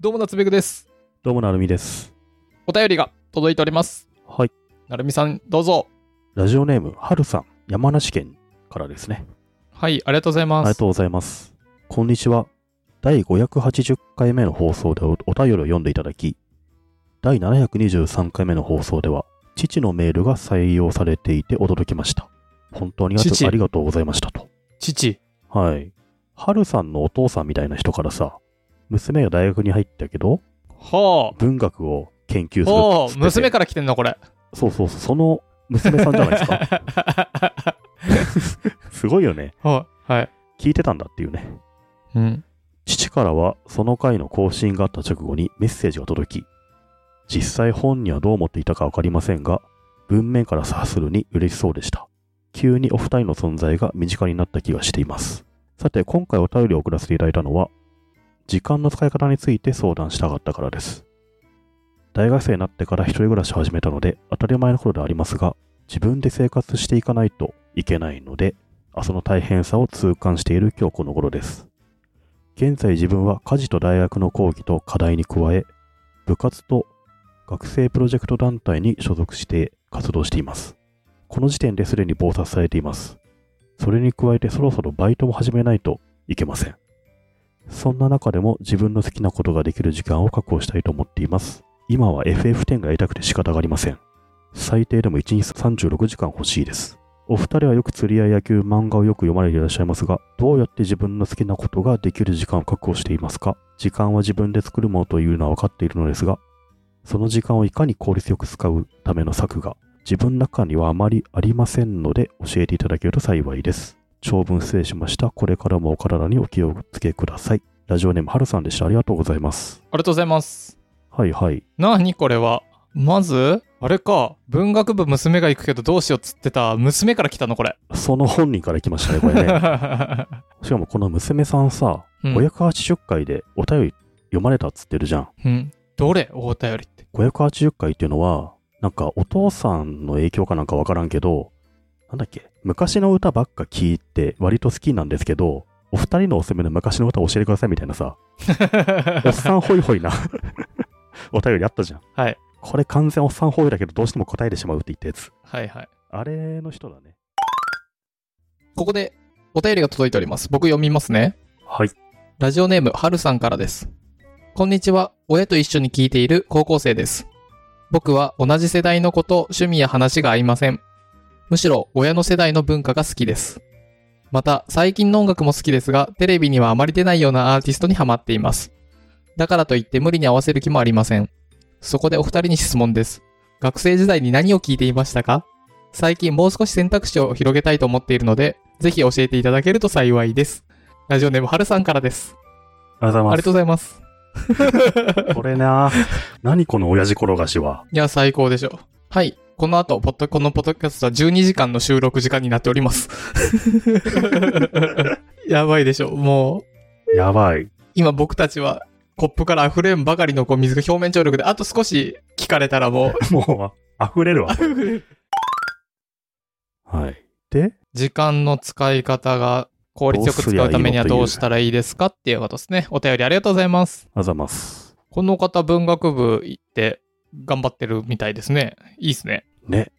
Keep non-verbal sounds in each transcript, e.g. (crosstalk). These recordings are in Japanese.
どうも夏べくです。どうもなるみです。お便りが届いております。はい。なるみさん、どうぞ。ラジオネーム、はるさん、山梨県からですね。はい、ありがとうございありまがす。とうございます。こんにちは。第580回目の放送でおお便りを読んでいただき、第723回目の放送では、父のメールが採用されていて驚きました。本当にありが父とありがとうございましたと。父。はい。はるさんのお父さんみたいな人からさ、娘が大学に入ったけど、ほ文学を研究う。するほっう。つってて娘から来てんの、これ。そうそうそう、その娘さんじゃないですか。 (laughs) すごいよね。ほう。はい。聞いてたんだっていうね。うん。父からはその回の更新があった直後にメッセージが届き、実際本人はどう思っていたかわかりませんが、文面から察するに嬉しそうでした。急にお二人の存在が身近になった気がしています。さて、今回お便りを送らせていただいたのは、時間の使い方について相談したかったからです。大学生になってから一人暮らしを始めたので、当たり前のことではありますが、自分で生活していかないといけないので、その大変さを痛感している今日この頃です。現在自分は家事と大学の講義と課題に加え部活と学生プロジェクト団体に所属して活動していますこの時点ですでに暴殺されていますそれに加えてそろそろバイトも始めないといけませんそんな中でも自分の好きなことができる時間を確保したいと思っています今は FF10 がやりたくて仕方がありません最低でも1日36時間欲しいですお二人はよく釣りや野球、漫画をよく読まれていらっしゃいますが、どうやって自分の好きなことができる時間を確保していますか時間は自分で作るものというのは分かっているのですが、その時間をいかに効率よく使うための策が、自分の中にはあまりありませんので、教えていただけると幸いです。長文失礼しました。これからもお体にお気をつけください。ラジオネームはるさんでした。ありがとうございます。ありがとうございます。はいはい。なにこれは。まず、あれか。文学部娘が行くけどどうしようっつってた娘から来たの、これ。その本人から来ましたね、これね。しかもこの娘さんさ、 (laughs) うん580回でお便り読まれたっつってるじゃん。うん。どれお便 (laughs) りって。 580回っていうのは、なんかお父さんの影響かなんかわからんけど、なんだっけ、昔の歌ばっか聞いて割と好きなんですけど、お二人のおすすめの昔の歌を教えてくださいみたいな (laughs) さ、おっさんホイホイなお便りあったじゃん。はい。これ完全おっさんホイだけどどうしても答えてしまうって言ったやつ。はいはい。あれの人だね。ここでお便りが届いております。僕読みますね。はい。ラジオネームはるさんからです。こんにちは。親と一緒に聞いている高校生です。僕は同じ世代の子と趣味や話が合いません。むしろ親の世代の文化が好きです。また、最近の音楽も好きですが、テレビにはあまり出ないようなアーティストにハマっています。だからといって無理に合わせる気もありません。そこでお二人に質問です。学生時代に何を聞いていましたか最近もう少し選択肢を広げたいと思っているので、ぜひ教えていただけると幸いです。ラジオネームはるさんからです。ありがとうごありざいまがとうございます。す。これな何この親父転がしは。いや、最高でしょ。はい。この後、ポッドこのポッドキャストは12時間の収録時間になっており (laughs) ます。やばいでしょ。もう、やばい。今僕たちは、コップから溢れんばかりのこう水が表面張力で、あと少し聞かれたら (laughs) も (laughs) もう、溢れるわ。う、 (laughs) はい。で、時間の使い方が効率よく使うためにはどうしたらいいですかっていうことですね。お便りありがとうございます。あざます。この方、文学部行って頑張ってるみたいですね。いいっすね。 (laughs) ね。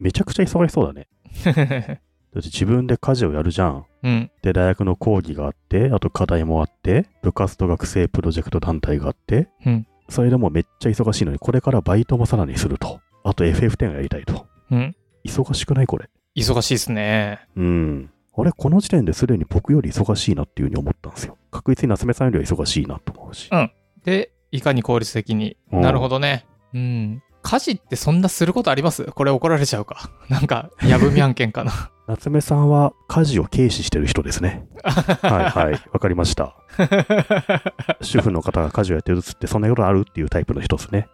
めちゃくちゃ忙しそうだね。だって自分で家事をやるじゃん。うん。で、大学の講義があって、あと課題もあって、部活と学生プロジェクト団体があって、うんそれでもうめっちゃ忙しいのに、これからバイトもさらにすると。あと FF10 がやりたいと。うん。忙しくないこれ。忙しいですね。うん。あれ、この時点ですでに僕より忙しいなっていうふうに思ったんですよ。確実に夏目さんよりは忙しいなと思うし。で、いかに効率的に。うんなるほどね。うん。家事ってそんなすることありますこれ怒られちゃうか。 (laughs) なんか、やぶみ案件かな。 (laughs) 夏目さんは家事を軽視してる人ですね。はいはい。わかりました。主婦の方が家事をやってるっつって、そんなことあるっていうタイプの人ですね。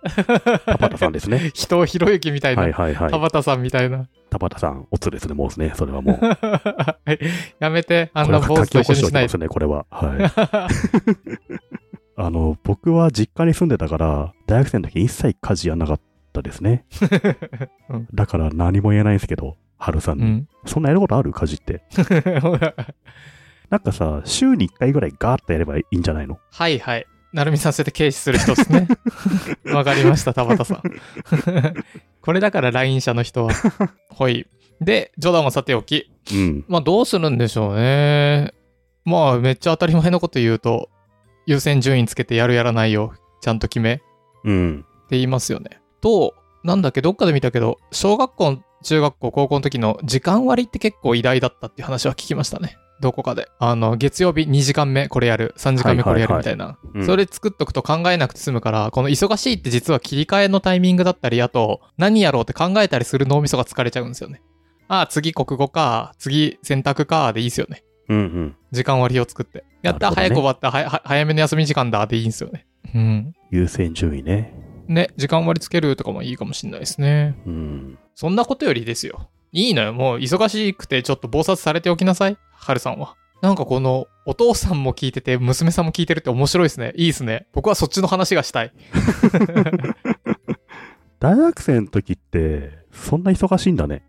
田畑さんで (laughs) すね。人をひろゆきみたいな。はいはいはい田。畑さんみたいな。田畑さん、おつですね、もうですね。それはもう。やめて、あんこれなは坊主と一緒書き起こにしておしきないまで。すね、これは。 (laughs) はい。あの、僕は実家に住んでたから、大学生の時一切家事やんなかったですね。うんだから何も言えないんですけど、春さんうに。ん。 (laughs) そんなやることある家事って。ほらなんかさ、週に1回ぐらいガーッとやればいいんじゃないのはいはい。なるみさん、それで軽視する人 (laughs) ですね。わかりました、田畑さん。 (laughs) これだから LINE 社の人は。ほい。で、冗談はさておき、うん。まあどうするんでしょうね。まあめっちゃ当たり前のこと言うと、優先順位つけてやるやらないよ。ちゃんと決め。ってうん。言いますよね。と、なんだっけ、どっかで見たけど、小学校、中学校、高校の時の時間割って結構偉大だったっていう話は聞きましたね。どこかで。あの、月曜日2時間目これやる、3時間目これやるみたいな。うんそれ作っとくと考えなくて済むから、この忙しいって実は切り替えのタイミングだったり、あと、何やろうって考えたりする脳みそが疲れちゃうんですよね。ああ、次国語か、次選択か、でいいですよね。うんうん。時間割を作って。やった、なるほどね早く終わった、はは早めの休み時間だ、でいいんですよね。うん。優先順位ね。ね、時間割つけるとかもいいかもしんないですね。うん。そんなことよりですよ。いいのよ。もう忙しくてちょっと暴殺されておきなさい。ハルさんは。なんかこの、お父さんも聞いてて、娘さんも聞いてるって面白いですね。いいですね。僕はそっちの話がしたい。大学生の時って、そんな忙しいんだね。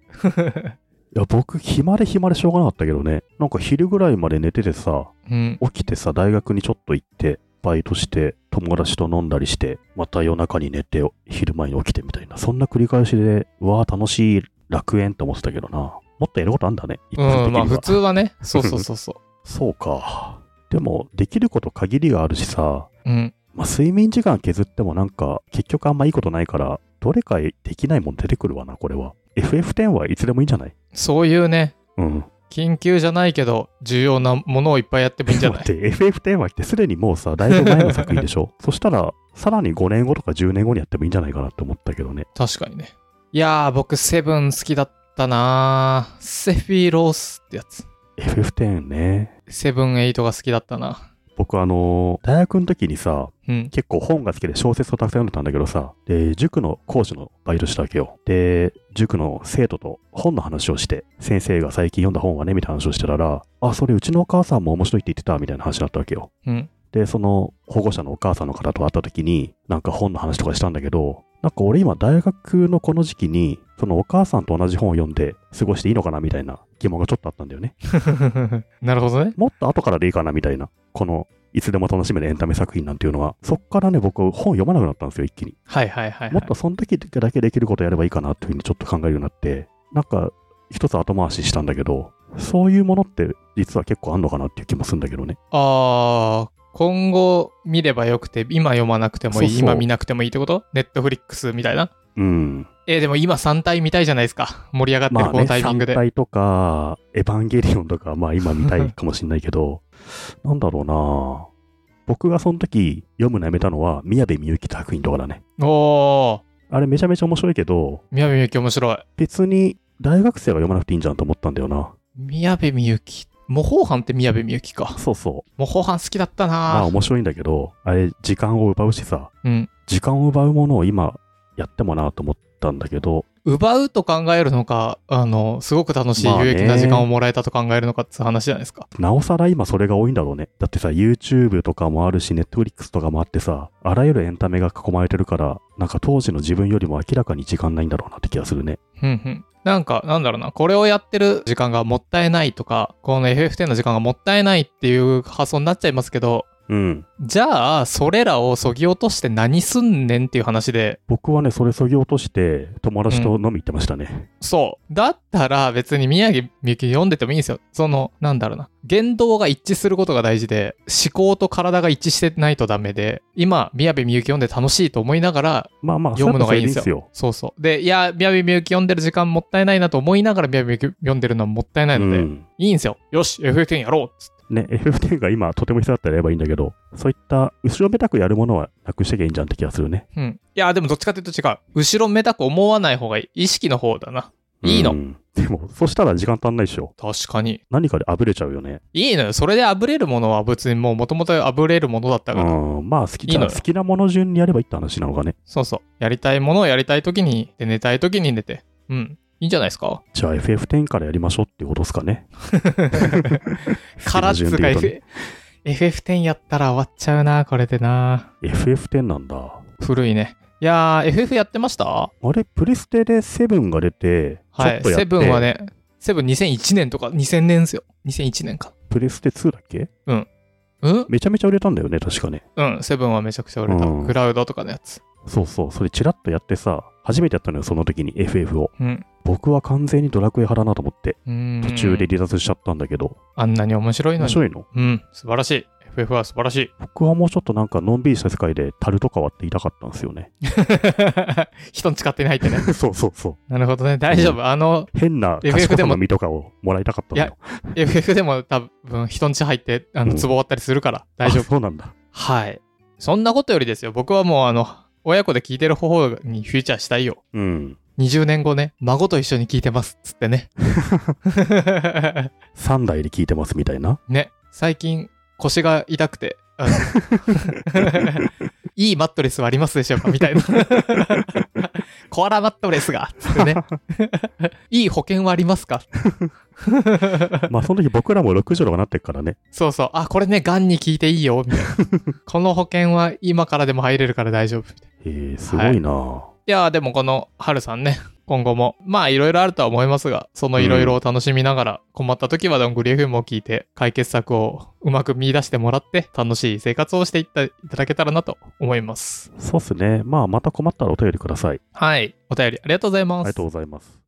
いや、僕、暇で暇でしょうがなかったけどね。なんか昼ぐらいまで寝ててさ、うん。起きてさ、大学にちょっと行って、バイトして、友達と飲んだりして、また夜中に寝て、昼前に起きてみたいな。そんな繰り返しで、うわー楽しい、楽園って思ってたけどな。もっとやることあんだね。一般的にはうん、まあ普通は (laughs) ね。そうそうそうそそうか。でも、できること限りがあるしさ、う。うん。まあ、睡眠時間削ってもなんか、結局あんまいいことないから、どれかできないもん出てくるわな、これは。FF10 はいつでもいいんじゃないそういうね、うん。緊急じゃないけど、重要なものをいっぱいやってもいいんじゃな (laughs) 待っいて、FF10 はってすでにもうさ、だいぶ前の作品で (laughs) しょそしたら、さらに5年後とか10年後にやってもいいんじゃないかなって思ったけどね。確かにね。いやー、僕、セブン好きだったなーセフィロースってやつ。 FF10 ね。セブン、エイトが好きだったな。僕あのー大学の時にさ、うん。結構本が好きで小説をたくさん読んでたんだけどさ、で、塾の講師のバイトしたわけよ。で、塾の生徒と本の話をして、先生が最近読んだ本はね、みたいな話をしてたら、あ、それうちのお母さんも面白いって言ってた、みたいな話だったわけよ。うん。 (laughs) で、その保護者のお母さんの方と会った時に、なんか本の話とかしたんだけど、なんか俺今大学のこの時期に、そのお母さんと同じ本を読んで過ごしていいのかなみたいな疑問がちょっとあったんだよね。なるほどね。もっと後からでいいかなみたいな、このいつでも楽しめるエンタメ作品なんていうのは、そっからね、僕本読まなくなったんですよ、一気に。はいはいはい、はい。もっとその時だけできることやればいいかなっていうふうにちょっと考えるようになって、なんか一つ後回ししたんだけど、そういうものって実は結構あんのかなっていう気もするんだけどね。あー、今後見ればよくて、今読まなくてもいい、そうそう今見なくてもいいってことネットフリックスみたいな。うん。えー、でも今3体見たいじゃないですか。盛り上がってるまあこね、のタイミングで。 3体とか、エヴァンゲリオンとか、まあ今見たいかもしれないけど、なんだろうな僕がその時読むのやめたのは、宮部みゆき作品とかだね。おー、あれめちゃめちゃ面白いけど、宮部みゆき面白い。別に大学生は読まなくていいんじゃんと思ったんだよな。宮部みゆき。模倣犯って宮部みゆきか。そうそう。模倣犯好きだったまあなぁ面白いんだけど、あれ時間を奪うしさ、うん。時間を奪うものを今やってもなと思ったんだけど、奪うと考えるのか、あの、すごく楽しいまあね有益な時間をもらえたと考えるのかって話じゃないですか。なおさら今それが多いんだろうね。だってさ、YouTube とかもあるし、Netflix とかもあってさ、あらゆるエンタメが囲まれてるから、なんか当時の自分よりも明らかに時間ないんだろうなって気がするね。ふんふん。なんか、なんだろうな、これをやってる時間がもったいないとか、この FF10 の時間がもったいないっていう発想になっちゃいますけど、うん。じゃあ、それらをそぎ落として何すんねんっていう話で、僕はね、それ削ぎ落として、友達と飲み行ってましたね。そう。だったら別に宮城みゆき読んでてもいいんですよ。その、なんだろうな。言動が一致することが大事で、思考と体が一致してないとダメで、今、宮部みゆき読んで楽しいと思いながら、まあまあ、読むのがいいんでそれすはよ。それそうでいいんそう。で、いや、宮部みゆき読んでる時間もったいないなと思いながら宮部みゆき読んでるのはもったいないので、うんいいんですよ。よし、FF10 やろうっつって。ね、FF10 (laughs) が今とても必要だったらやればいいんだけど、そういった後ろめたくやるものはなくしてきゃいいんじゃんって気がするね。うん。いや、でもどっちかというと違う。後ろめたく思わない方がいい。意識の方だな。いいの。うんでも、そしたら時間足んないでしょ。確かに。何かであぶれちゃうよね。いいのよ。それであぶれるものは別にもう元々あぶれるものだったから。うん、まあ好きじゃいいのあよ好きなもの順にやればいいって話なのかね。そうそう。やりたいものをやりたいときに、で、寝たいときに寝て。うん。いいんじゃないですかじゃあ FF10 からやりましょうっていうことですかね。からっつうか、好きな順で言うとね F- FF10 やったら終わっちゃうな、これでな。 FF10 なんだ。古いね。いやー、FF やってましたあれ、プレステで7が出て、ちょはっい。とやって、セブンはね、セブン2001年とか、2000年ですよ。2001年か。プレステ2だっけうん。うんめちゃめちゃ売れたんだよね、確かね。うん、セブンはめちゃくちゃ売れた。うんクラウドとかのやつ。そうそう、それチラッとやってさ、初めてやったのよ、その時に FF を。うん。僕は完全にドラクエ派だなと思って、うん途中で離脱しちゃったんだけど、あんなに面白いの面に。白いのうん、素晴らしい。FF は素晴らしい。 (laughs) 僕はもうちょっとなんかのんびりした世界で樽とか割っていたかったんですよね。人に使ってないってね。 (laughs) そうそうそう。なるほどね。大丈夫。あの、変な FF 賢でさもの実とかをもらいたかったのよ。 FF でも多分、人ん家入って、あの、うん壺割ったりするから、大丈あ夫。そうなんだ。はい。そんなことよりですよ。僕はもう、あの、親子で聞いてる方にフューチャーしたいよ。うん。 20年後ね、孫と一緒に聞いてます。つって (laughs) ね。 3代で聞いてますみたい (laughs) な。ね、最近腰が痛くて、あ (laughs) のいいマットレスはありますでしょうかみたい (laughs) な。コアラマットレスがつって (laughs) ね。いい保険はありますかまあその時僕らも6畳とかなってっからね。そうそう。あ、これね、ガンに効いていいよ。みたい (laughs) な。この保険は今からでも入れるから大丈夫。みたいなえー、すごいな、いやー、でもこのハルさんね、今後も、まあいろいろあるとは思いますが、そのいろいろを楽しみながら、困った時はどんぐり FM を聞いて、解決策をうまく見出してもらって、楽しい生活をしていったいただけたらなと思います。そうっすね。まあまた困ったらお便りください。はい。お便りありがとうございあまりすがと。うございます。